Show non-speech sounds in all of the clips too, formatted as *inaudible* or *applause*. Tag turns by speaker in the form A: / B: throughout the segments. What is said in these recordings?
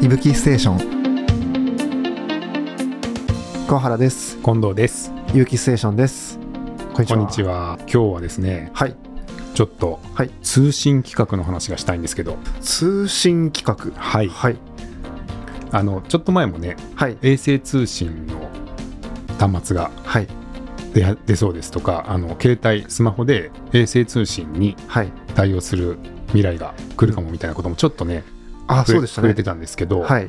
A: いぶきステーション川原です
B: 近藤です
A: いぶきステーションですこんにち
B: こ
A: は
B: んにちは今日はですね
A: はい
B: ちょっと
A: はい
B: 通信企画の話がしたいんですけど
A: 通信企画
B: はい
A: はい
B: あのちょっと前もね
A: はい
B: 衛星通信の端末が
A: はい
B: 出出そうですとかあの携帯スマホで衛星通信に
A: はい
B: 対応する未来が来るかもみたいなこともちょっとね、
A: あそ
B: 触
A: う
B: れ
A: でした
B: 触れ
A: ね
B: てたんですけど、
A: はい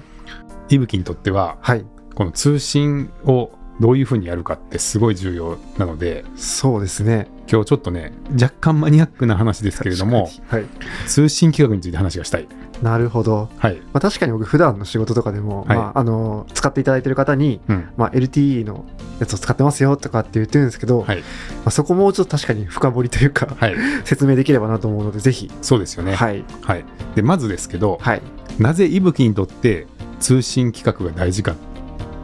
B: いぶきにとっては
A: はい
B: この通信をどういうふうにやるかってすごい重要なので
A: そうですね
B: 今日ちょっとね若干マニアックな話ですけれども
A: 確かにはい
B: 通信企画について話がしたい。
A: なるほど
B: はい
A: まあ確かに僕普段の仕事とかでも、
B: はい
A: まあ、あの使っていただいてる方に、
B: うん
A: まあ、LTE のやつを使ってますよとかって言ってるんですけど、
B: はい
A: まあ、そこもうちょっと確かに深掘りというか、
B: はい、
A: *laughs* 説明できればなと思うのでぜひ、
B: そうですよね、はい
A: はい
B: でまずですけど、
A: はい
B: なぜいぶきにとって通信企画が大事かっ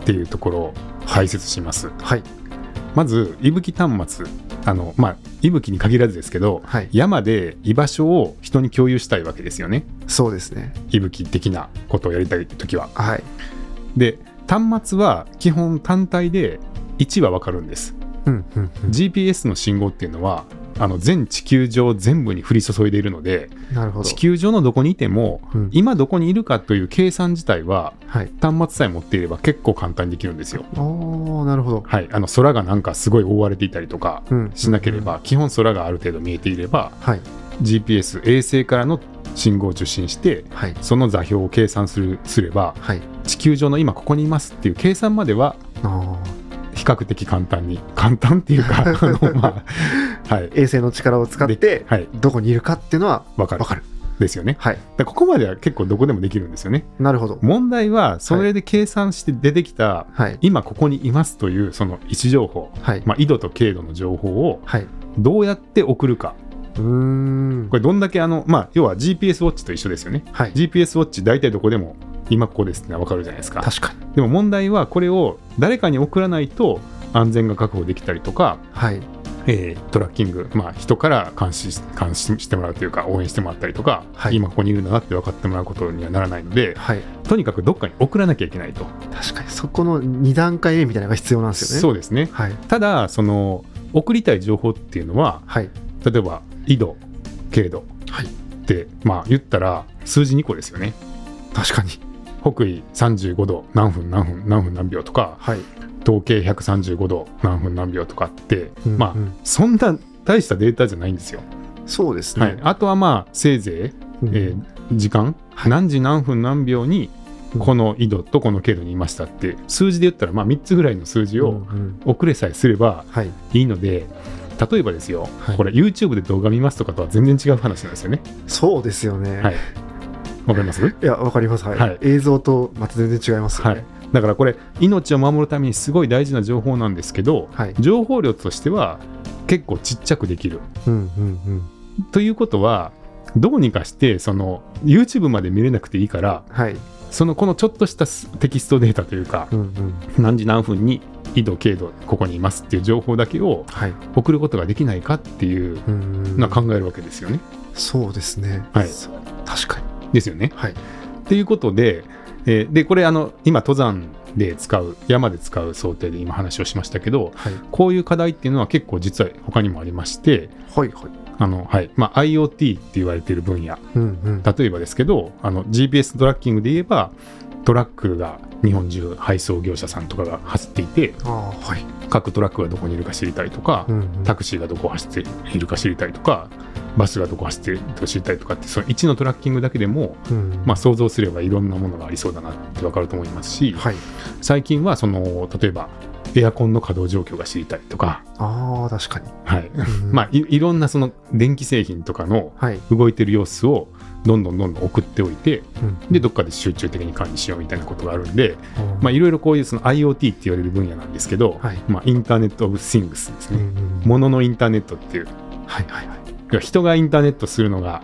B: ていうところを解説します。
A: はい
B: まずいぶき端末あの、まあ、いぶきに限らずですけど
A: はい
B: 山で居場所を人に共有したいわけですよね
A: そうですね
B: いぶき的なことをやりたい時は。
A: はい
B: で端末は基本単体で位置はわかるんです。
A: うんうんう
B: GPS の信号っていうのはあの全地球上全部に降り注いでいるので
A: んなるほど
B: 地球上のどこにいても
A: うん
B: 今どこにいるかという計算自体は
A: はい
B: 端末さえ持っていれば結構簡単にできるんですよ。
A: おーなるほど、
B: はい、あの空がなんかすごい覆われていたりとか
A: うん
B: しなければ、基本空がある程度見えていれば
A: はい
B: GPS 衛星からの信号を受信して
A: はい
B: その座標を計算するすれば
A: はい
B: 地球上の今ここにいますっていう計算までは
A: あー
B: 比較的簡単に簡単っていう
A: *laughs*
B: かあの、まあはい、
A: 衛星の力を使って、
B: はい、
A: どこにいるかっていうのは
B: わかる
A: わかる
B: ですよね。
A: はい
B: だからここまでは結構どこでもできるんですよね。
A: なるほど
B: 問題はそれで計算して出てきた、
A: はい
B: 今ここにいますというその位置情報、
A: はい、
B: まあ、緯度と経度の情報を
A: はい
B: どうやって送るか
A: うーん
B: これどんだけあの、まあ、要は GPS ウォッチと一緒ですよね
A: はい
B: GPS ウォッチ大体どこでも今ここですってのは分かるじゃないですか
A: 確かに
B: でも問題はこれを誰かに送らないと安全が確保できたりとか、
A: はい
B: えートラッキング、まあ、人から監視し監視してもらうというか応援してもらったりとか、
A: はい
B: 今ここにいるんだなって分かってもらうことにはならないので
A: はい
B: とにかくどっかに送らなきゃいけないと
A: 確かにそこの2段階目みたいなのが必要なんですよね
B: そうですね
A: はい
B: ただその送りたい情報っていうのは
A: はい
B: 例えば緯度経度
A: はい
B: ってまあ言ったら数字2個ですよね
A: 確かに
B: 北緯35度何分何分何分何秒とか
A: はい
B: 東経135度何分何秒とかって、
A: うん
B: まあ
A: うん
B: そんな大したデータじゃないんですよ、
A: そうです
B: はい
A: ね、
B: あとはまあせいぜ
A: う
B: い、
A: ん
B: えー時間、
A: はい
B: 何時何分何秒にこの緯度とこの経度にいましたって数字で言ったらまあ3つぐらいの数字
A: うん
B: を
A: うん
B: 遅れさえすれば
A: はい
B: いいので例えばですよ、
A: はい
B: これ YouTube で動画見ますとかとは全然違う話なんですよね。
A: そうですよね、、
B: はいい、わかります、はい
A: やわかりますはい、
B: はい
A: 映像とまた全然違いますよね
B: い、だからこれ命を守るためにすごい大事な情報なんですけど
A: はい
B: 情報量としては結構ちっちゃくできる。
A: うんうんうん
B: ということはどうにかしてその YouTube まで見れなくていいから
A: はい
B: そのこのちょっとしたすテキストデータというか
A: うんうん
B: 何時何分に緯度経度ここにいますっていう情報だけを
A: はい
B: 送ることができないかっていう
A: うんうん
B: のは考えるわけですよね。
A: そうですね
B: はい
A: そう確かに
B: ですよね。
A: はい
B: ということで、えーでこれあの今登山で使う山で使う想定で今話をしましたけど
A: はい
B: こういう課題っていうのは結構実は他にもありまして
A: はいはい
B: あの、はいまあ、IoT って言われている分野
A: うんうん
B: 例えばですけどあの GPS トラッキングで言えばトラックが日本中配送業者さんとかが走っていて
A: ああーはい
B: 各トラックがどこにいるか知りたいとか、
A: うんうん
B: タクシーがどこを走っているか知りたいとかバスがどこを走っているか知りたいとかってその1のトラッキングだけでも、
A: うん
B: まあ、想像すればいろんなものがありそうだなって分かると思いますし、
A: はい
B: 最近はその例えばエアコンの稼働状況が知りたいとか、
A: ああ確
B: *laughs*
A: かに
B: はい
A: うんうん
B: まあ、いいろんなその電気製品とかの
A: はい
B: 動いてる様子をどんどんどんどん送っておいて
A: うん
B: でどっかで集中的に管理しようみたいなことがあるんで、
A: ま
B: まあ、いろいろこういうその IoT って言われる分野なんですけど、
A: はい
B: まあ、インターネット・オブ・シングスです
A: うん
B: ね。
A: うん
B: もののインターネットっていう
A: はいはいはい
B: 人がインターネットするのが、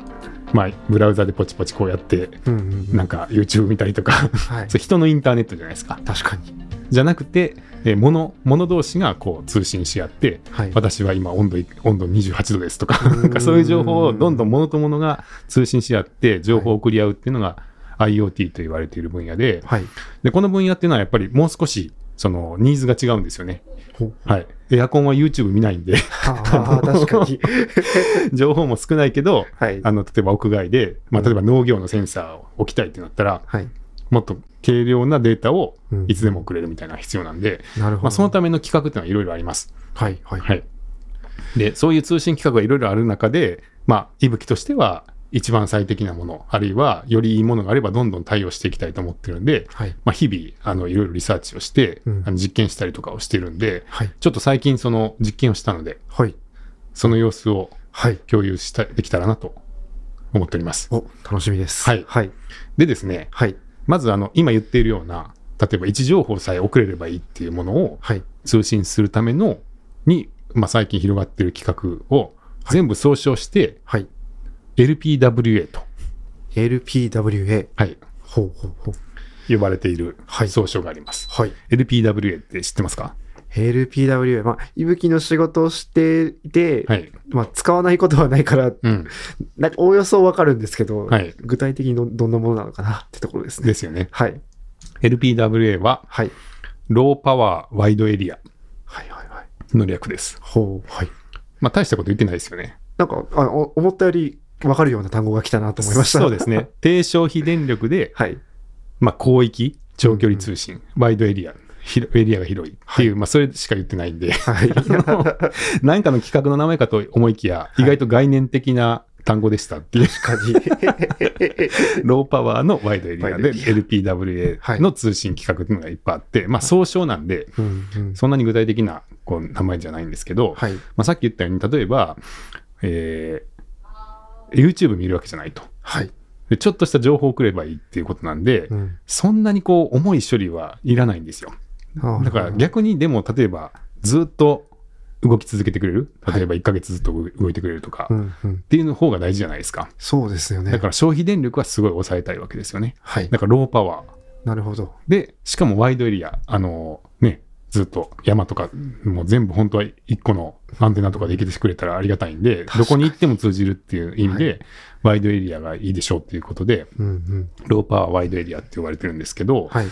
B: まあ、ブラウザでポチポチこうやって
A: うんうんうん
B: なんか YouTube 見たりとか
A: はい
B: それ人のインターネットじゃないですか
A: 確かに
B: じゃなくて、えー、物物同士がこう通信し合って
A: はい
B: 私は今温度い温度28度ですとか
A: うーん
B: なんかそういう情報をどんどん物と物が通信し合って情報を送り合うっていうのが IoT と言われている分野で
A: はい。
B: でこの分野っていうのはやっぱりもう少しそのニーズが違うんですよね
A: ほう。
B: はい、エアコンは YouTube 見ないんで *laughs*
A: ああ、確かに。
B: 情報も少ないけど
A: はい。
B: あの例えば屋外で、まあ、例えば農業のセンサーを置きたいってなったら
A: はい。
B: もっと軽量なデータを
A: うん
B: いつでも送れるみたいなのが必要なんで、
A: なるほど。
B: まあ、そのための企画っていうのはいろいろあります。
A: はい。はい。
B: はい、でそういう通信規格がいろいろある中で、まあ、息吹としては一番最適なものあるいはよりいいものがあればどんどん対応していきたいと思ってるんで、
A: はい。
B: まあ、日々あのいろいろリサーチをして、
A: うん
B: あの実験したりとかをしてるんで
A: はい。
B: ちょっと最近その実験をしたので
A: はい。
B: その様子を
A: はい。
B: 共有したできたらなと思っております。
A: お、楽しみです。
B: はい
A: はい。
B: でですね
A: はい。
B: まずあの今言っているような例えば位置情報さえ送れればいいっていうものを
A: はい。
B: 通信するためのに、まあ、最近広がってる企画を全部総称して
A: はい。
B: LPWA と、
A: LPWA。
B: はい、
A: ほうほうほう。
B: 呼ばれている
A: はい
B: 総称があります。
A: はい。
B: LPWA って知ってますか
A: LPWA。まあ、いぶきの仕事をしていて、
B: はい。
A: まあ、使わないことはないから、
B: うん。
A: なんかおおよそわかるんですけど、
B: はい
A: 具体的にどどんなものなのかなってところですね。
B: ですよね。
A: はい。
B: LPWA は
A: はい。
B: ローパワーワイドエリア
A: はいはいはい。
B: の略です。
A: ほう。はい。
B: まあ大したこと言ってないですよね。
A: なんか、あお思ったよりわかるような単語が来たなと思いました。
B: そうですね。。低消費電力で、
A: はい。
B: まあ広域、長距離通信、ワイドエリア、広エリアが広いっていう、まあそれしか言ってないんで、 *laughs*
A: はい。確
B: 何かの企画の名前かと思いきや、
A: い
B: 意外と概念的な単語でしたっていう、
A: か
B: *laughs*
A: に。
B: ローパワーのワイドエリア
A: ワ
B: で
A: イ
B: LPWA の通信規格っていうのがいっぱいあって、まあ総称なんで、
A: うんうん
B: そんなに具体的なこう名前じゃないんですけど、
A: はい。
B: まあ、さっき言ったように、例えば、えー YouTube 見るわけじゃないと。
A: はい。
B: でちょっとした情報を送ればいいっていうことなんで、
A: うん
B: そんなにこう重い処理はいらないんですよ。
A: ああ
B: だから逆にでも例えばずっと動き続けてくれる例えば1ヶ月ずっと動いてくれるとか、
A: う
B: っ
A: んうん。
B: ていうの方が大事じゃないですか。
A: そうですよね。
B: だから消費電力はすごい抑えたいわけですよね。
A: はい。
B: だからローパワー
A: なるほど。
B: で、しかもワイドエリア、あのね、ずっと山とか、もう全部本当は1個のアンテナとかで行けてくれたらありがたいんで、
A: かに
B: どこに行っても通じるっていう意味で、ワイドエリアがいいでしょうっていうことで、
A: うんうん。
B: ローパワーワイドエリアって呼ばれてるんですけど、
A: はい。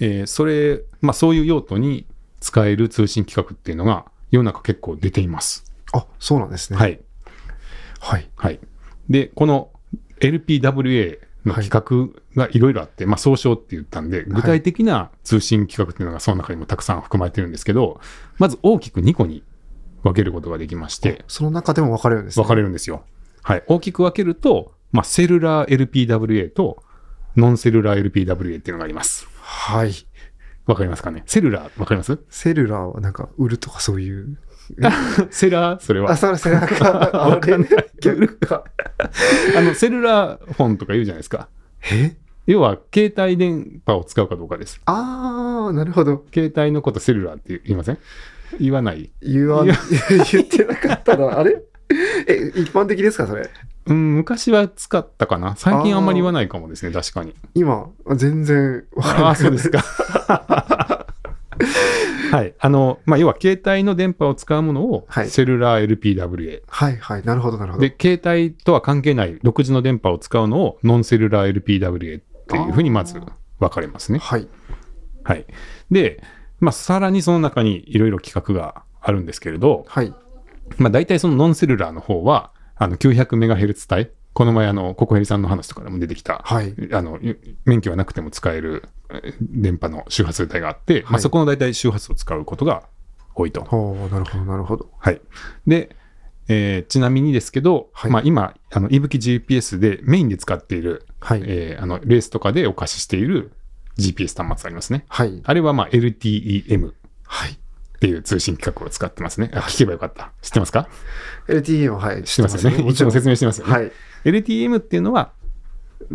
B: えーそれ、まあそういう用途に使える通信規格っていうのが世の中結構出ています。
A: あ、そうなんですね。。
B: はいい。
A: はい。
B: はい。で、この LPWA の規格がいろいろあって、まあ総称って言ったんで、具体的な通信規格っていうのがその中にもたくさん含まれてるんですけど、まず大きく2個に分けることができまして、
A: その中でも分かれるんですね。
B: 分かれるんですよ。はい。大きく分けると、まあセルラー LPWA とノンセルラー LPWA っていうのがあります。
A: はい。
B: わかりますかねセルラー、わかります *laughs*
A: セルラーはなんか売るとかそういう。
B: セラーそれは
A: あ、。そうですね。なんか、
B: わかん *laughs* ない
A: 逆か。
B: あの、セルラーフォンとか言うじゃないですか。
A: え
B: 要は、携帯電波を使うかどうかです。
A: あー、なるほど。
B: 携帯のことセルラーって言いません言わない
A: 言わん、
B: い
A: *laughs* 言っ
B: や
A: てなかったな。あれえ、一般的ですかそれ。
B: うん、昔は使ったかな。最近あんまり言わないかもですね、確かに。
A: 今、全然分からない。
B: ああ、そうですか。 *laughs* はい。あの、まあ、要は、携帯の電波を使うものを
A: は、い
B: セルラー LPWA。
A: はいはい。なるほど、なるほど。
B: で、携帯とは関係ない独自の電波を使うのを、ノンセルラー LPWA っていうふうに、まず分かれますね。
A: はい。
B: はい。で、まあ、さらにその中にいろいろ企画があるんですけれど、
A: はい。
B: まあ、大体そのノンセルラーの方は、あの、900MHz 帯、この前、あの、ココヘリさんの話とかでも出てきた、
A: はい。
B: あの、ゆ免許はなくても使えるえ電波の周波数帯があって、ま
A: は
B: あ、
A: い
B: そこの大体周波数を使うことが多いと。
A: ほう、なるほど、なるほど。
B: はい。で、えーちなみにですけど、
A: はい
B: まあ、今、あの、いぶき GPS でメインで使っている、
A: はい。
B: えーあの、レースとかでお貸ししている GPS 端末ありますね。
A: はい。
B: あれは、まあ、LTEM
A: はい。
B: っていう通信規格を使ってますね。あ聞けばよかった。知ってますか
A: LTE は、はい。知
B: 知ってますよね。
A: も
B: い
A: ち
B: つ
A: ろ
B: も
A: ん。
B: 説明してますよね。
A: はい。
B: LTM っていうのは、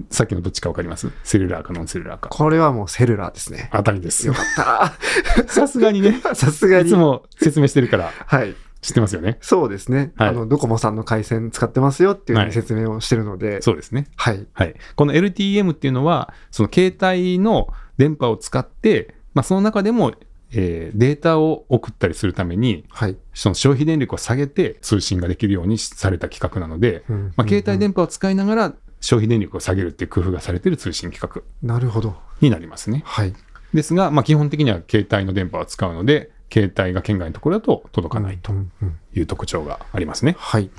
B: さっきのどっちかわかりますセルラーかノンセルラーか。
A: これはもうセルラーですね。
B: あたりです *laughs*
A: よ
B: よ。
A: かっ
B: *laughs* さすがにね、
A: *laughs* た。さすが
B: い
A: に。
B: つも説明してるから
A: はい。
B: 知ってますよね。
A: そうですね。
B: はい
A: あの、ドコモさんの回線使ってますよっていうふう
B: は
A: に
B: い
A: 説明をしてるので。
B: そうですね。
A: はい。
B: はい。この LTM っていうのは、その携帯の電波を使って、まあその中でも、えーデータを送ったりするために、
A: はい。
B: その消費電力を下げて通信ができるようにされた規格なので、
A: うん
B: まあ、携帯電波を使いながら消費電力を下げるっていう工夫がされてる通信規格
A: なるほど。
B: になりますね。
A: はい。
B: ですが、まあ、基本的には携帯の電波を使うので、携帯が県外のところだと届かないと
A: うんうん
B: いう特徴がありますね。
A: はい。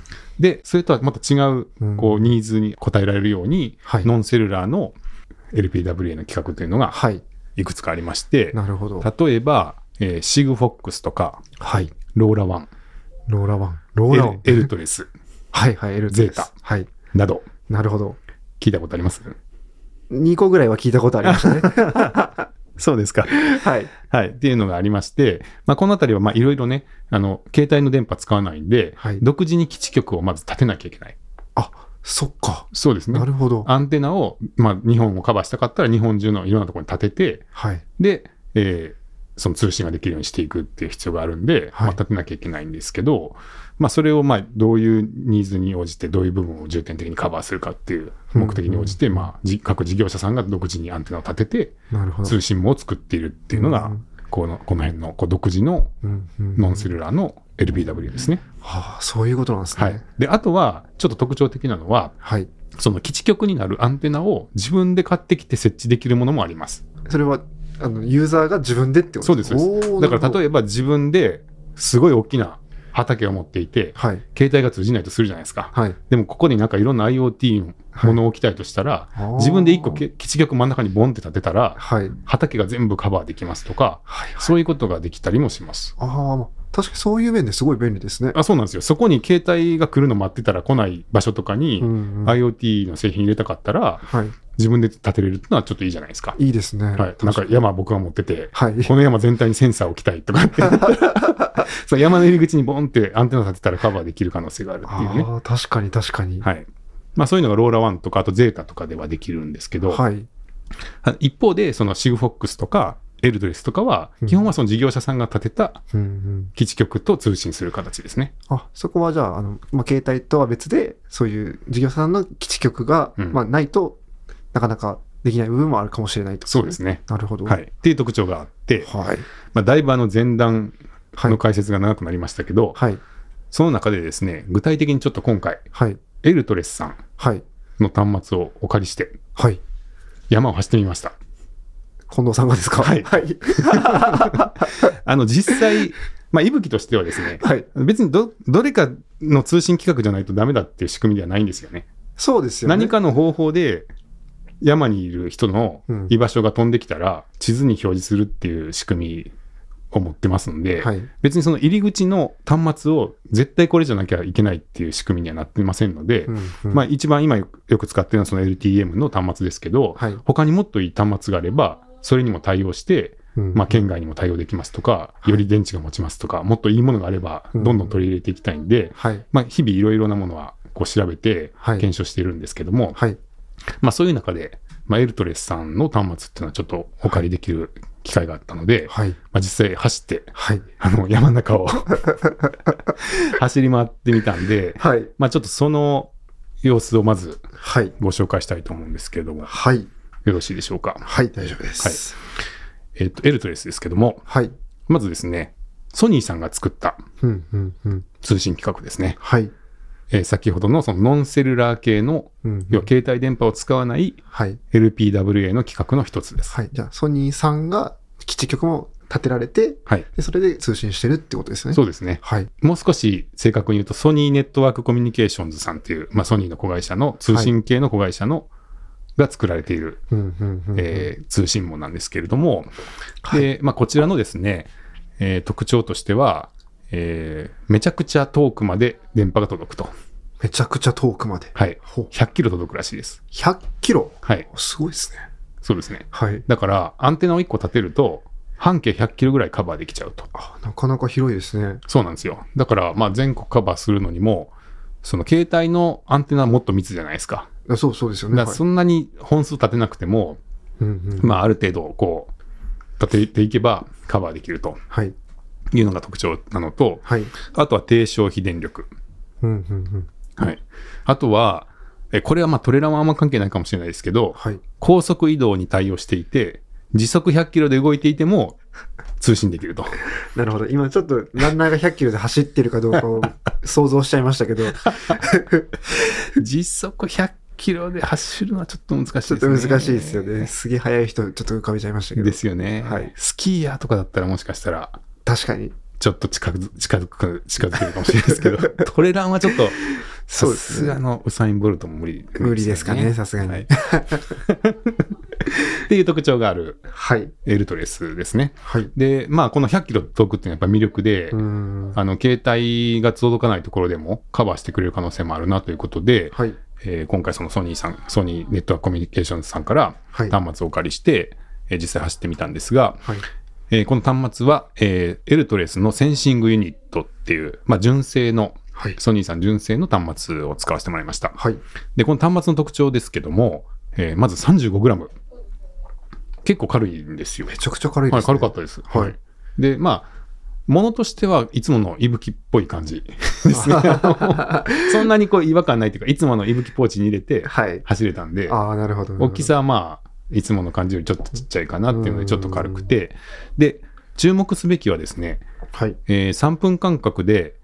B: で、それとはまた違う
A: うん
B: こうニーズに応えられるように、
A: はい
B: ノンセルラーの LPWA の規格というのが
A: はい。
B: いくつかありまして、
A: なるほど。
B: 例えば、えーシグフォックスとか、
A: はい。
B: ローラワン、
A: ローラワン。ローラワ
B: L,
A: ン。
B: エルトレス
A: はいはい、エル
B: ゼータ。
A: はい。
B: など、
A: なるほど。
B: 聞いたことあります
A: 2個ぐらいは聞いたことありま
B: *laughs*
A: したね。
B: そうですか。
A: はい。
B: *laughs* はい。っていうのがありまして、まあ、このあたりは、まあ、いろいろね、あの、携帯の電波使わないんで、
A: はい
B: 独自に基地局をまず立てなきゃいけない。
A: あ、そっか。
B: そうですね
A: な。るほど。
B: アンテナを、まあ、日本をカバーしたかったら、日本中のいろんなところに立てて、
A: はい。
B: で、えーその通信ができるようにしていくっていう必要があるんで、
A: はい
B: まあ、立てなきゃいけないんですけど、まあ、それを、まあ、どういうニーズに応じて、どういう部分を重点的にカバーするかっていう目的に応じて、まあ、じ各事業者さんが独自にアンテナを立てて、
A: なるほど。
B: 通信網を作っているっていうの
A: う
B: が、
A: ん
B: このこの辺のこう独自の
A: うんうん
B: ノンセルラーの LBW ですね。
A: はあ、そういうことなんですね。
B: はい。、であとはちょっと特徴的なのは
A: はい。
B: その基地局になるアンテナを自分で買ってきて設置できるものもあります。
A: それは、あの、ユーザーが自分でってこと
B: そうですそう
A: です
B: だから
A: え
B: 例えば自分ですごい大きな畑を持っていて
A: ば。はい。
B: 携帯が通じないとするじゃないですか。
A: はい。
B: でもここになんかいろんな IoT のものを置きたいとしたら、
A: あー
B: 自分で1個け基地局真ん中にボンって立てたら
A: はい。はい。
B: 畑が全部カバーできますとか
A: はい。
B: そういうことができたりもします。
A: ああ、まあ確かにそういう面ですごい便利ですね。
B: あそうなんですよ。そこに携帯が来るの待ってたら来ない場所とかに、
A: うんうん
B: IoT の製品入れたかったら、
A: はい。
B: 自分で立てれるってのはちょっといいじゃないですか。
A: いいですね。
B: はい、なんか
A: 確
B: 山僕が持ってて、
A: かにはい。
B: この山全体にセンサーを置きたいと
A: *laughs*
B: かって言ったらそう山の入り口にボンってアンテナ立てたらカバーできる可能性があるっていうね。
A: ああ、確かに確かに。
B: はいまあ、そういうのがローラ1とか、あとゼータとかではできるんですけど、
A: はい。
B: あ一方で、そのシグフォックスとか、エルドレスとかは
A: う、ん
B: 基本はその事業者さんが立てた
A: うんうん。
B: 基地局と通信する形ですね。
A: あ、そこはじゃあ、あの、まあ、携帯とは別で、そういう事業者さんの基地局が、
B: うん
A: まあ、ないとなかなかできない部分もあるかもしれないと。
B: そうです。ね。
A: なるほど。
B: はい。っていう特徴があって、
A: はい。
B: まあ、だいぶあの前段
A: はい。
B: の解説が長くなりましたけど、
A: はい。
B: その中でですね、具体的にちょっと今回、
A: はい。
B: エルトレスさん
A: はい。
B: の端末をお借りして、
A: はい。
B: 山を走ってみました。
A: 近藤さんがですか
B: はい
A: はい。
B: あの、
A: *laughs*
B: 実際、まあ、息吹としてはですね、
A: はい。
B: 別にど、どれかの通信規格じゃないとダメだっていう仕組みではないんですよね。
A: そうですよね。
B: 何。かの方法で、山にいる人の
A: うん
B: 居場所が飛んできたら、地図に表示するっていう仕組みを持ってますので、
A: はい。
B: 別にその入り口の端末を絶対これじゃなきゃいけないっていう仕組みにはなってませんので、
A: うんうん
B: まあ、一番今よく使ってるのはその LTM の端末ですけど、
A: はい
B: 他にもっといい端末があれば、それにも対応して、
A: うん
B: まあ、県外にも対応できますとか、
A: い
B: より電池が持ちますとか、もっといいものがあれば、
A: う
B: ど
A: ん
B: んどん取り入れていきたいんで、
A: はい。
B: まあ、日々いろいろなものはこう調べて
A: はい
B: 検証しているんですけども、
A: はい。
B: まあ、そういう中で、まあ、エルトレスさんの端末っていうのはちょっとお借りできる機会があったので、
A: はい。
B: まあ、実際走って、
A: はい。
B: あの山の中を *laughs* 走り回ってみたんで、
A: はい。
B: まあ、ちょっとその様子をまず
A: はい。
B: ご紹介したいと思うんですけれども、
A: はい。
B: よろしいでしょうか。
A: はい。大丈夫です。
B: えっ、と、エルトレスですけども、
A: はい。
B: まずですね、ソニーさんが作った
A: うんうんうん。
B: 通信規格ですね。
A: はい。
B: えー先ほどのそのノンセルラー系の、
A: うん
B: 要は携帯電波を使わない
A: はい。
B: LPWA の規格の一つです。
A: はい。じゃあ、ソニーさんが基地局も建てられて、
B: はい。
A: でそれで通信してるってことですね。。
B: そううですね。
A: はい。
B: もう少し正確に言うと、ソニーネットワークコミュニケーションズさんっていう、まあ、ソニーの子会社の、通信系の子会社の、が作られている、
A: うんうんうんうん。
B: えー通信網なんですけれども、
A: はい
B: で、まあ、こちらのですね、えー特徴としては、えーめちゃくちゃ遠くまで電波が届くと。
A: めちゃくちゃ遠くまで。
B: はい。
A: ほう
B: 100キロ届くらしいです。
A: 100キロ。
B: はい。
A: すごいですね。
B: そうですね。
A: はい。
B: だから、アンテナを1個立てると、半径100キロぐらいカバーできちゃうと。
A: あ、なかなか広いですね。
B: そうなんですよ。だから、まあ、全国カバーするのにも、その携帯のアンテナはもっと密じゃないですか。
A: あそうそうですよ
B: だ
A: ね。
B: から
A: はい
B: そんなに本数立てなくても、
A: うんうん。
B: まあ、ある程度、こう、立てていけばカバーできると
A: はい。
B: いうのが特徴なのと、
A: はい。
B: あとは低消費電力。
A: うんうんうん。
B: はい。あとは、えこれはまあトレランはあんま関係ないかもしれないですけど、
A: はい。
B: 高速移動に対応していて、時速100キロで動いていても通信できると。
A: なるほど。今ちょっとランナーが100キロで
B: *laughs*
A: 走ってるかどうかを想像しちゃいましたけど。
B: 時速100キロで走るのはちょっと難しいです
A: ちょ
B: ね。
A: っと難しいですよね。。すげえ速い人、ちょっと浮かべちゃいましたけど。
B: ですよね。
A: はい
B: スキーヤーとかだったらもしかしたら、
A: 確かに。
B: ちょっと近づ近づく、近づけるかもしれないです
A: *laughs*
B: けど、トレランはちょっと、
A: そ
B: さ
A: うですす
B: が
A: ね。
B: のウサイン・ボルトも無理、
A: 無理ですかね、さすがに。
B: は
A: は
B: *laughs*
A: いい。
B: っていう特徴がある
A: はい。
B: エルトレスですね。
A: はい。
B: で、まあ、この100キロ遠くっていうのはやっぱ魅力で、
A: うーん。
B: あの、携帯が届かないところでもカバーしてくれる可能性もあるなということで、
A: はい。
B: えー今回そのソニーさん、ソニーネットワークコミュニケーションズさんから
A: はい。はい。
B: 端末をお借りして、えー実際走ってみたんですが、えーこの端末は、えーエルトレスのセンシングユニットっていう、まあ、純正の、
A: はい。
B: ソニーさん純正の端末を使わせてもらいました。
A: はい。
B: で、この端末の特徴ですけども、えーまず 35g。結構軽いんですよ。
A: めちゃくちゃ軽いです、
B: はい、
A: ね。
B: 軽かったです。
A: はい
B: で、まあ、ものとしてはいつもの息吹っぽい
A: *laughs*
B: 感じですね。あのそんなにこう違和感ないというか、いつもの息吹ポーチに入れて
A: はい。
B: 走れたんで、
A: ああ、なるほど。
B: 大き。さはまあ、いつもの感じよりちょっとちっちゃいかなっていうので、ちょっと軽くて、で、注目すべきはですね、
A: はい。
B: えー3分間隔で、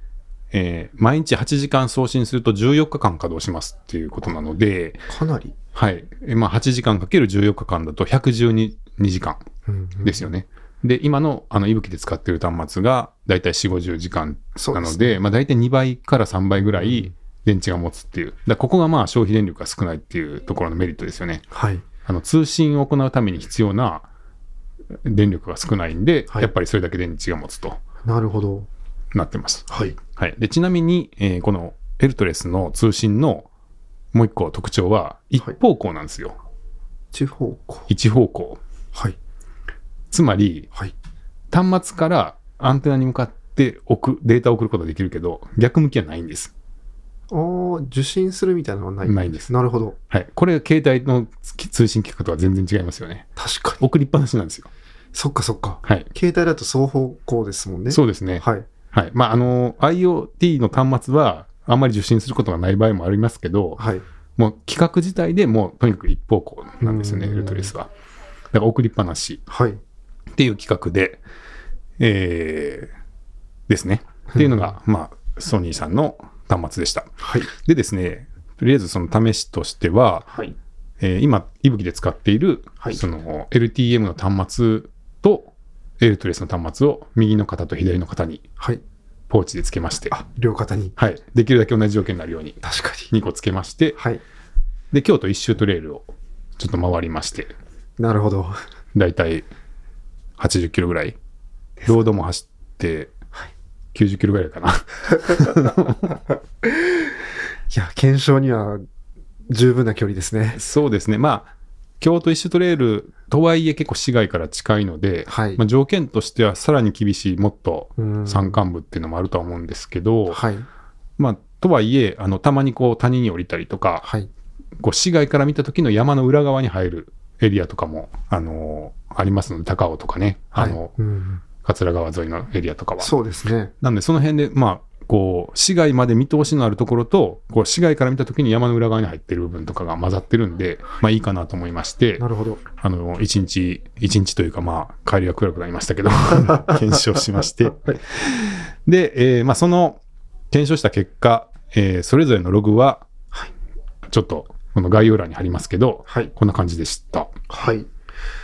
B: えー毎日8時間送信すると14日間稼働しますっていうことなので、
A: かなり。
B: はい。えーまあ、8時間かける14日間だと112時間
A: うんうん
B: ですよね。で、今の、あの、いぶきで使ってる端末が、だいたい4、50時間
A: そう
B: な
A: で
B: の
A: す
B: で、まあ、大体2倍から3倍ぐら
A: う
B: い
A: ん
B: 電池が持つっていう。だからここがまあ、消費電力が少ないっていうところのメリットですよね。
A: はい。
B: あの、通信を行うために必要な電力が少ないんで、
A: はい
B: やっぱりそれだけ電池が持つと
A: なるほど。
B: なってます。
A: はい。
B: はい、でちなみに、えーこのエルトレスの通信のもう一個特徴は一方向なんですよ、
A: 地方向。
B: 一方向
A: はい。
B: つまり
A: はい。
B: 端末からアンテナに向かって送データを送ることはできるけど逆向きはないんです、
A: ああ、受信するみたいなのはない。
B: ないんです
A: なるほど。
B: はい、これ携帯のき通信規格とは全然違いますよね
A: 確かに。
B: 送りっぱなしなんですよ
A: そっかそっか。
B: はい
A: 携帯だと双方向ですもんね。
B: そうですね、
A: はい。
B: はいまあ、あの IoT の端末はあんまり受信することがない場合もありますけど、
A: はい。
B: もう企画自体でもうとにかく一方向なんですよね、
A: うん
B: エルトレスは。だから送りっぱなし
A: はい。
B: っていう企画で、えーですね。っていうのが、まあ、ソニーさんの端末でした。
A: はい。
B: でですね、とりあえずその試しとしては、
A: はい。
B: えー今、いぶきで使っている、
A: はい
B: その LTM の端末と、エルトレスの端末を右の方と左の方に
A: はい。
B: ポーチでつけまして、
A: あ、両肩に。
B: はい、できるだけ同じ条件になるように
A: 確かに。
B: 2個つけまして、
A: はい。
B: で、京都一周トレイルをちょっと回りまして、
A: なるほど。
B: だいたい80キロぐらい、ロードも走って
A: はい
B: 90キロぐらいかな。 *laughs*
A: いや、検証には十分な距離ですね。
B: そうですね、まあ、京都一周トレイルとはいえ結構市外から近いので、
A: はい
B: まあ、条件としてはさらに厳しい、もっと
A: うん
B: 山間部っていうのもあるとは思うんですけど、
A: はい。
B: まあ、とはいえ、あのたまにこう谷に降りたりとか、
A: はい。
B: こう市外から見た時の山の裏側に入るエリアとかも、あのありますので、高尾とかね、あの
A: はいうん
B: 桂川沿いのエリアとかは。
A: そうですね。
B: なんで、その辺で、まあ、こう、市外まで見通しのあるところと、こう、市外から見たときに山の裏側に入ってる部分とかが混ざってるんで、まあいいかなと思いまして
A: な、るほど。
B: あの、一日、一日というか、まあ、帰りが暗くなりまし
A: *laughs*
B: たけど、検証しまして。で、えーまあ、その、検証した結果、えーそれぞれのログは、ちょっと、この概要欄に貼りますけど、
A: はい。
B: こんな感じでした。
A: はい。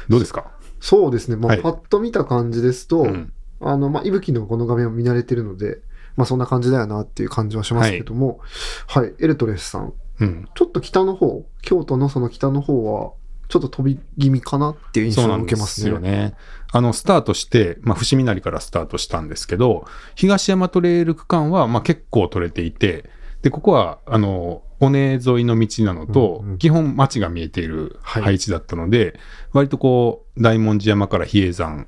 B: どうですか
A: そうですね。ま
B: は
A: あ、
B: い
A: パッと見た感じですと、
B: うん
A: あの、まあ、いぶきのこの画面を見慣れてるので、まあ、そんな感じだよなっていう感じはしますけども、はい、エルトレスさん。
B: うん。
A: ちょっと北の方、京都のその北の方は、ちょっと飛び気味かなっていう印
B: そう
A: 象
B: な
A: を
B: ん
A: 受
B: で
A: けます
B: す
A: ね。
B: よね。あの、スタートして、まあ、伏見成からスタートしたんですけど、東山トレイル区間は、まあ、結構取れていて、で、ここは、あの、尾根沿いの道なのと、
A: うんうん
B: 基本町が見えている
A: はい
B: 配置だったので、割とこう、大文字山から比叡山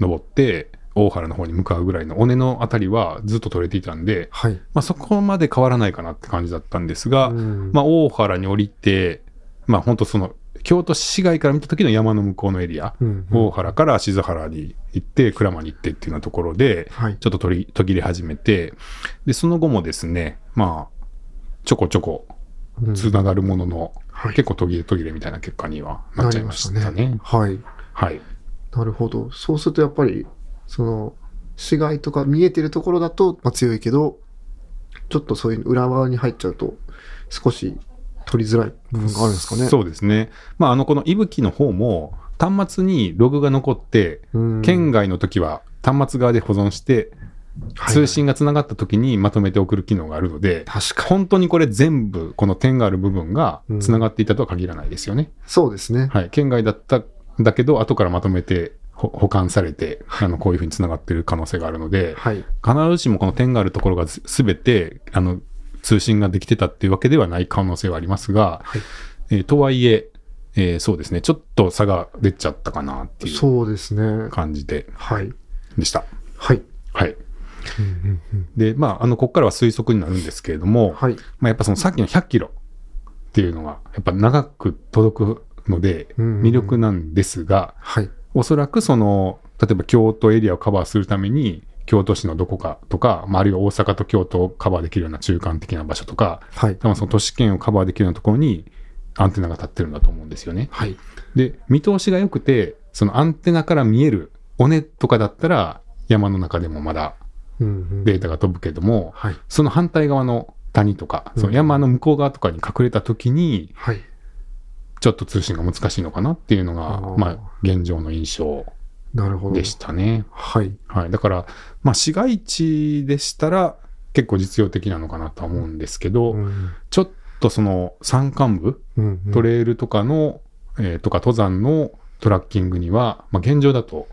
B: 登って、大原の方に向かうぐらいの尾根のあたりはずっと取れていたんで、
A: はい。
B: まあ、そこまで変わらないかなって感じだったんですが、
A: うん
B: まあ、大原に降りて、まあ、本当その、京都市街から見た時の山の向こうのエリア、
A: うんうん
B: 大原から静原に行って、鞍馬に行ってっていうようなところで、
A: はい。
B: ちょっと取り途切れ始めて、で、その後もですね、まあ、ちょこちょこ
A: うん
B: つながるものの、
A: はい
B: 結構途切れ途切れみたいな結果にはなっちゃいました
A: なり
B: ね。
A: はい。
B: はい。
A: なるほど。そうするとやっぱり、その、市街とか見えてるところだと、まあ、強いけど、ちょっとそういう裏側に入っちゃうと、少し取りづらい部分があるんですかね。
B: そうですね。まあ、あの、この息吹の方も、端末にログが残って、
A: うん
B: 県外の時は端末側で保存して、
A: はい
B: 通信がつながった時にまとめて送る機能があるので、
A: 確かに。
B: 本当にこれ全部、この点がある部分が
A: うん
B: つながっていたとは限らないですよね。
A: そうですね。
B: はい。県外だったんだけど、後からまとめてほ保管されて、あの、こういうふうにつながってる可能性があるので、
A: はい。
B: 必ずしもこの点があるところがすすべて、あの、通信ができてたっていうわけではない可能性はありますが、
A: はい
B: えーとはいええーそうですね、ちょっと差が出ちゃったかなっていう
A: そうですね。
B: 感じで、
A: はい。
B: でした。
A: はい。
B: はい。
A: うんうんうん
B: で、まあ、あの、ここからは推測になるんですけれども、
A: はい。
B: まあ、やっぱそのさっきの100キロっていうのは、やっぱ長く届くので、
A: うんうん
B: 魅力なんですが、
A: はい。
B: おそらくその、例えば京都エリアをカバーするために、京都市のどこかとか、まあ、あるいは大阪と京都をカバーできるような中間的な場所とか、
A: はい。
B: 多分その都市圏をカバーできるようなところにアンテナが立ってるんだと思うんですよね。
A: はい。
B: で、見通しが良くて、そのアンテナから見える尾根とかだったら、山の中でもまだ
A: うんうん
B: データが飛ぶけども、
A: はい。
B: その反対側の谷とか、
A: うん
B: その山の向こう側とかに隠れた時に、
A: はい。
B: ちょっと通信が難しいのかなっていうのが、
A: あー
B: まあ、現状の印象
A: なるほど
B: で。したね。
A: はい。
B: はい。だから、まあ、市街地でしたら、結構実用的なのかなとは思うんですけど、
A: うん
B: ちょっとその山間部、
A: うんうん
B: トレイルとかの、えーとか登山のトラッキングには、まあ、現状だと、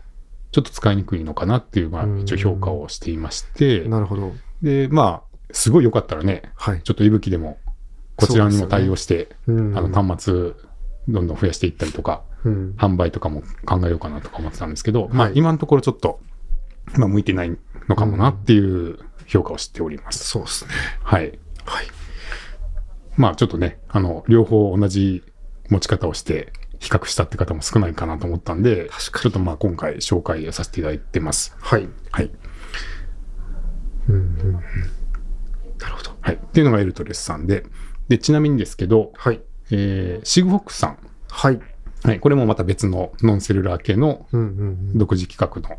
B: ちょっと使いにくいのかなっていう、まあ
A: う、ん
B: 一応評価をしていまして、
A: なるほど。
B: で、まあ、すごい良かったらね、
A: はい。
B: ちょっと息吹でも、こちらにも対応して、
A: うん
B: あの端末、どんどん増やしていったりとか、
A: うん
B: 販売とかも考えようかなとか思ってたんですけど、ま
A: は
B: あ
A: い、
B: 今のところちょっと、まあ、向いてないのかもなっていう評価をしております。
A: そうですね。
B: はい。
A: はい。
B: まあ、ちょっとね、あの、両方同じ持ち方をして、比較したって方も少ないかなと思ったんで、
A: 確かに
B: ちょっとまあ、今回紹介させていただいてます。
A: はい。
B: はい。
A: うんうんうんなるほど。
B: はい。っていうのがエルトレスさんで、で、ちなみにですけど、
A: はい。
B: えー、シグフォックスさん
A: はい。
B: はい、これもまた別のノンセルラー系の
A: うんうんうん
B: 独自企画の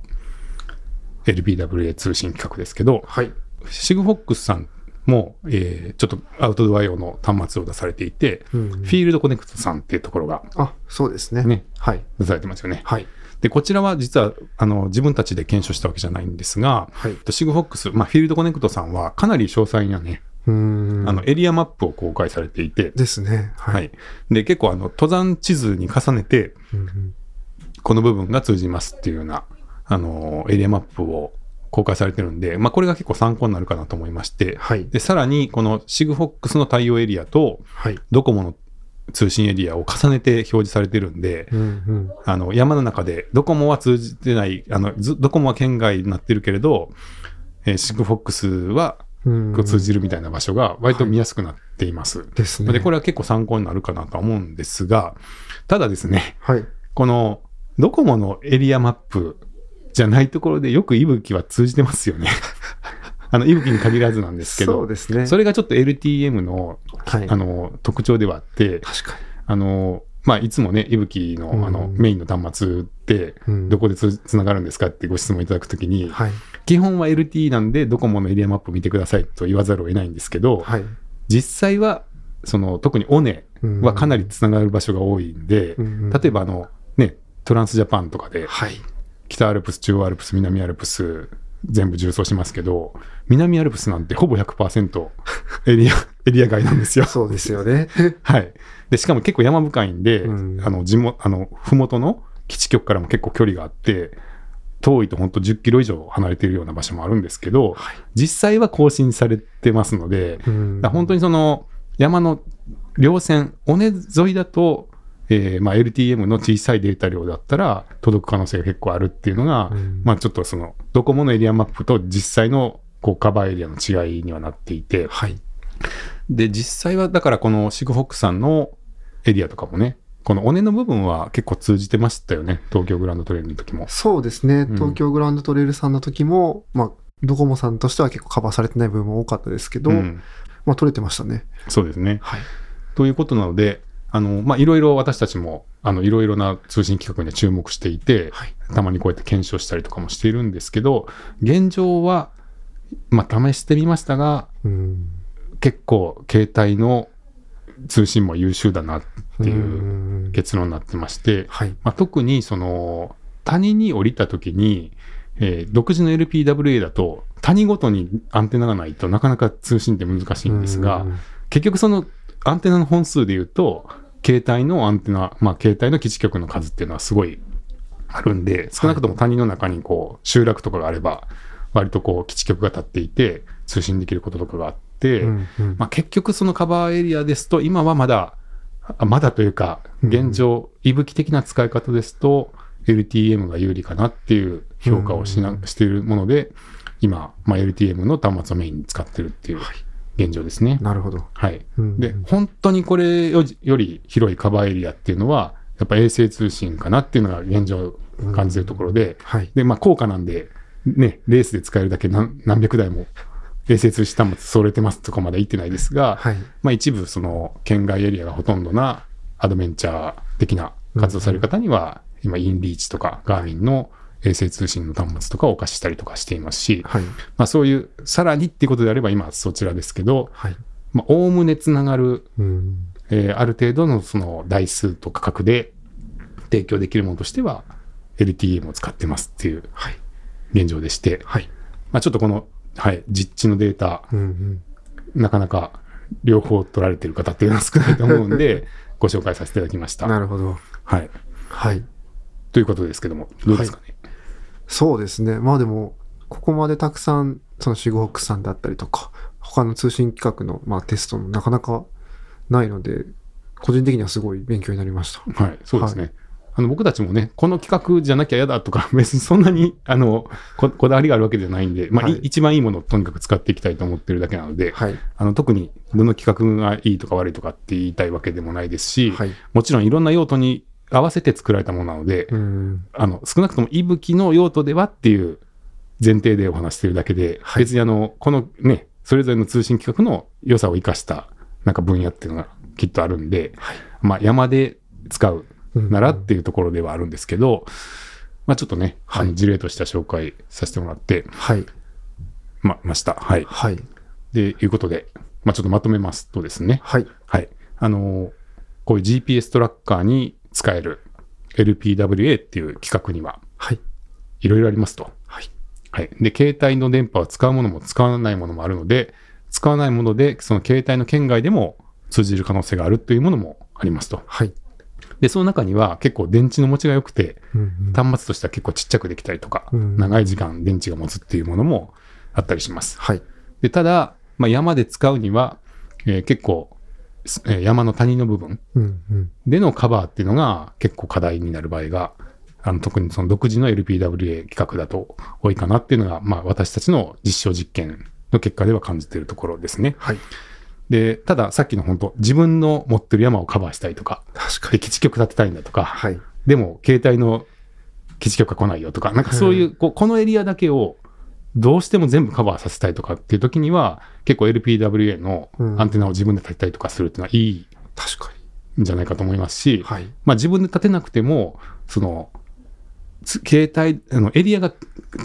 B: LBWA 通信企画ですけど、
A: はい。
B: シグフォックスさんも、えーちょっとアウトドア用の端末を出されていて、
A: うんうん
B: フィールドコネクトさんっていうところが
A: あ、そうですね。
B: ね
A: はい。
B: 出されてますよね。
A: はい。
B: で、こちらは実はあの自分たちで検証したわけじゃないんですが、
A: はい。
B: シグフォックス、まあ、フィールドコネクトさんはかなり詳細なね、
A: うん。
B: あの、エリアマップを公開されていて、
A: ですね。
B: は
A: はいい。。
B: で、結構あの、登山地図に重ねて、
A: うんうん
B: この部分が通じますっていうような、あのーエリアマップを公開されてるんで、まあ、これが結構参考になるかなと思いまして、
A: はい。
B: で、さらに、この SIGFOX の対応エリアと、
A: はい。
B: ドコモの通信エリアを重ねて表示されてるんで、
A: うんうん
B: あの、山の中で、ドコモは通じてない、あの、ずドコモは県外になってるけれど、えー、SIGFOX は
A: うん
B: こう通じるみたいな場所が割と見やすくなっています。
A: ですね。
B: で、これは結構参考になるかなとは思うんですが、ただですね、
A: はい。
B: このドコモのエリアマップじゃないところでよく息吹は通じてますよね。 *laughs* あの息吹に限らずなんですけど、
A: そうですね。
B: それがちょっと LTM の
A: はい。
B: あの特徴ではあって、
A: 確か
B: あのまあ、いつもね、息吹のあ
A: う
B: の
A: ん
B: メインの端末って、
A: うん
B: どこでつつながるんですかってご質問いただくときに、
A: に。はい。
B: 基本は LTE なんで、ドコモのエリアマップ見てくださいと言わざるを得ないんですけど、
A: はい。
B: 実際は、その特に尾根はかなりつながる場所が多いんで、
A: うんうん
B: 例えばあの、ね、トランスジャパンとかで、
A: はい。
B: 北アルプス、中央アルプス、南アルプス、全部重走しますけど、南アルプスなんてほぼ100%エ *laughs* リア、エリア外なんですよ。 *laughs*
A: そうですよね。
B: はい。で、しかも結構山深いんで、
A: うん
B: あの、地元、あの、ふもとの基地局からも結構距離があって、遠いと本当10キロ以上離れているような場所もあるんですけど、実際は更新されてますので、
A: *laughs* うん
B: だから本当にその山の稜線、尾根沿いだと、えーまあ、LTM の小さいデータ量だったら届く可能性が結構あるっていうのが、
A: うん
B: まあ、ちょっとそのドコモのエリアマップと実際のこうカバーエリアの違いにはなっていて、
A: はい。
B: で実際はだからこのシグフォックさんのエリアとかもね、この尾根の部分は結構通じてましたよね、東京グランドトレイルの時も。
A: そうですね。
B: うん
A: 東京グランドトレイルさんの時も、まあ、ドコモさんとしては結構カバーされてない部分も多かったですけど、
B: うん
A: まあ、取れてましたね。
B: そうですね。
A: はい。
B: ということなので、あの、まあ、いろいろ私たちも、あの、いろいろな通信企画には注目していて、
A: はい。
B: たまにこうやって検証したりとかもしているんですけど、現状は、まあ、試してみましたが、
A: うん。
B: 結構、携帯の通信も優秀だなっていう
A: う
B: 結論になってまして、
A: はい。
B: まあ、特にその谷に降りた時に、えー独自の LPWA だと谷ごとにアンテナがないとなかなか通信って難しいんですが、
A: うん
B: 結局そのアンテナの本数で言うと携帯のアンテナ、まあ、携帯の基地局の数っていうのはすごいあるんで少なくとも谷の中にこう集落とかがあれば割とこう基地局が立っていて通信できることとかがあって、
A: うんうん
B: まあ、結局そのカバーエリアですと今はまだあまだというか現状息吹的な使い方ですと LTM が有利かなっていう評価をしな、
A: うん
B: しているもので今、まあ、LTM の端末をメインに使ってるっていう現状ですね。
A: なるほど。
B: はい、
A: うん
B: で、本当にこれよりより広いカバーエリアっていうのは、やっぱ衛星通信かなっていうのが現状感じてるところで、
A: はい。
B: で、まあ、高価なんで、ね、レースで使えるだけ何何百台も衛星通信端末揃えてますとかまで言ってないですが、
A: はい。
B: まあ、一部、その、県外エリアがほとんどなアドベンチャー的な活動される方には、今、インリーチとか、ガーミンの衛星通信の端末とかをお貸ししたりとかしていますし、
A: はい。
B: まあ、そういう、さらにっていうことであれば、今、そちらですけど、
A: はい。
B: まあ、おおむねつながる
A: うん。
B: えーある程度のその台数と価格で提供できるものとしては LTM を使ってますっていう
A: はい。
B: 現状でして、
A: はい。
B: まあ、ちょっとこの、はい、実地のデータ
A: うんうん。
B: なかなか両方取られてる方っていうのは少ないと思うん *laughs* でご紹介させていただきました。
A: なるほど。
B: はい、
A: はい。
B: ということですけどもどうですかね。
A: そうですね。まあでも、ここまでたくさん、そのシグホックさんだったりとか、他の通信規格の、まあ、テストもなかなかないので、個人的にはすごい勉強になりました。
B: はい、そうですね。あの僕たちもね、この企画じゃなきゃ嫌だとか、 *laughs* 別にそんなにあのここだわりがあるわけじゃないんで、まあ、い
A: はい
B: 一番いいものをとにかく使っていきたいと思ってるだけなので、
A: はい。
B: あの特にどの企画がいいとか悪いとかって言いたいわけでもないですし、
A: はい。
B: もちろんいろんな用途に合わせて作られたものなので、
A: うん。
B: あの少なくとも息吹の用途ではっていう前提でお話してるだけで、
A: はい
B: 別にあのこのねそれぞれの通信規格の良さを生かしたなんか分野っていうのがきっとあるんで、
A: はい
B: まあ、山で使うならって
A: い
B: いうところではあるんですけど、まあ、ちょっとね、あ
A: は
B: の
A: い
B: 事例とした紹介させてもらって
A: うん。はい。
B: まました。はい、
A: はい。
B: でいうことで、まあ、ちょっとまとめますとですね、
A: はい。
B: はい。あのーこういう GPS トラッカーに使える LPWA っていう規格には
A: はい。
B: いろいろありますと。
A: はい。
B: はい。で、携帯の電波を使うものも使わないものもあるので、使わないもので、その携帯の圏外でも通じる可能性があるというものもありますと。
A: はい。
B: で、その中には結構電池の持ちが良くて、
A: うんうん
B: 端末としては結構ちっちゃくできたりとか、
A: うん
B: 長い時間電池が持つっていうものもあったりします。
A: はい。
B: で、ただ、まあ、山で使うには、えー結構、すえー山の谷の部分、
A: うんうん。
B: でのカバーっていうのが結構課題になる場合が、あの特にその独自の LPWA 企画だと多いかなっていうのが、まあ、私たちの実証実験の結果では感じているところですね。
A: はい。
B: で、たださっきの本当、自分の持ってる山をカバーしたいとか、
A: 確か
B: で
A: に。
B: 基地局立てたいんだとか、
A: はい。
B: でも携帯の基地局が来ないよとか、なんかそういう、こうこのエリアだけをどうしても全部カバーさせたいとかっていう時には、結構 LPWA のアンテナを自分で立てたりとかするっていうのはいい
A: 確か
B: んじゃないかと思いますし
A: に。、はい。
B: まあ、自分で立てなくても、その、つ携帯、あのエリアが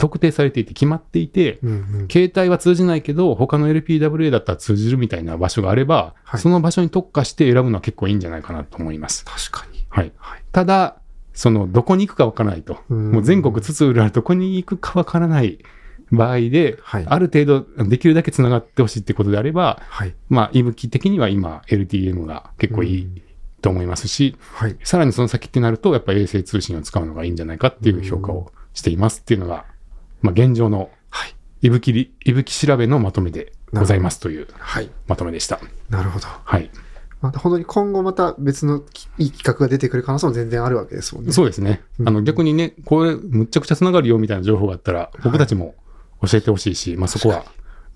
B: 特定されていて決まっていて、
A: うんうん。
B: 携帯は通じないけど、他の LPWA だったら通じるみたいな場所があれば、
A: はい
B: その場所に特化して選ぶのは結構いいんじゃないかなと思います。
A: 確かに。
B: はい。
A: はい。
B: ただ、その、どこに行くかわからないと。
A: うん
B: もう全国つつ裏あるどこに行くかわからない場合で、
A: はい
B: ある程度、できるだけ繋がってほしいってことであれば、
A: はい。
B: まあ、息吹的には今、LTM が結構いいと思いますし、
A: はい。
B: さらにその先ってなると、やっぱ衛星通信を使うのがいいんじゃないかっていう評価をしていますっていうのが、まあ、現状の
A: はい。
B: いぶきり、いぶき調べのまとめでございますという
A: はい。
B: まとめでした。
A: なるほど。
B: はい。
A: また本当に今後また別のきいい企画が出てくる可能性も全然あるわけですもんね。
B: そうですね。
A: うん
B: あの、逆にね、これ、むっちゃくちゃ繋がるよみたいな情報があったら、僕たちも教えてほしいし、まあ、そこは、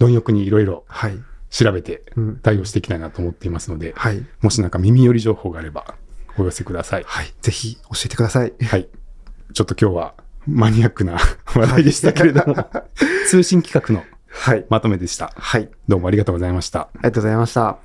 B: 貪欲にいろいろ
A: はい。
B: 調べて
A: うん。
B: 対応していきたいなと思っていますので、
A: はい。
B: もしなんか耳寄り情報があれば、お寄せください。
A: はい。ぜひ教えてください。
B: はい。ちょっと今日は、マニアックな *laughs* 話題でしたけれども、 *laughs* 通信企画の
A: はい。
B: まとめでした。
A: *laughs* はい。
B: どうもありがとうございました。
A: ありがとうございました。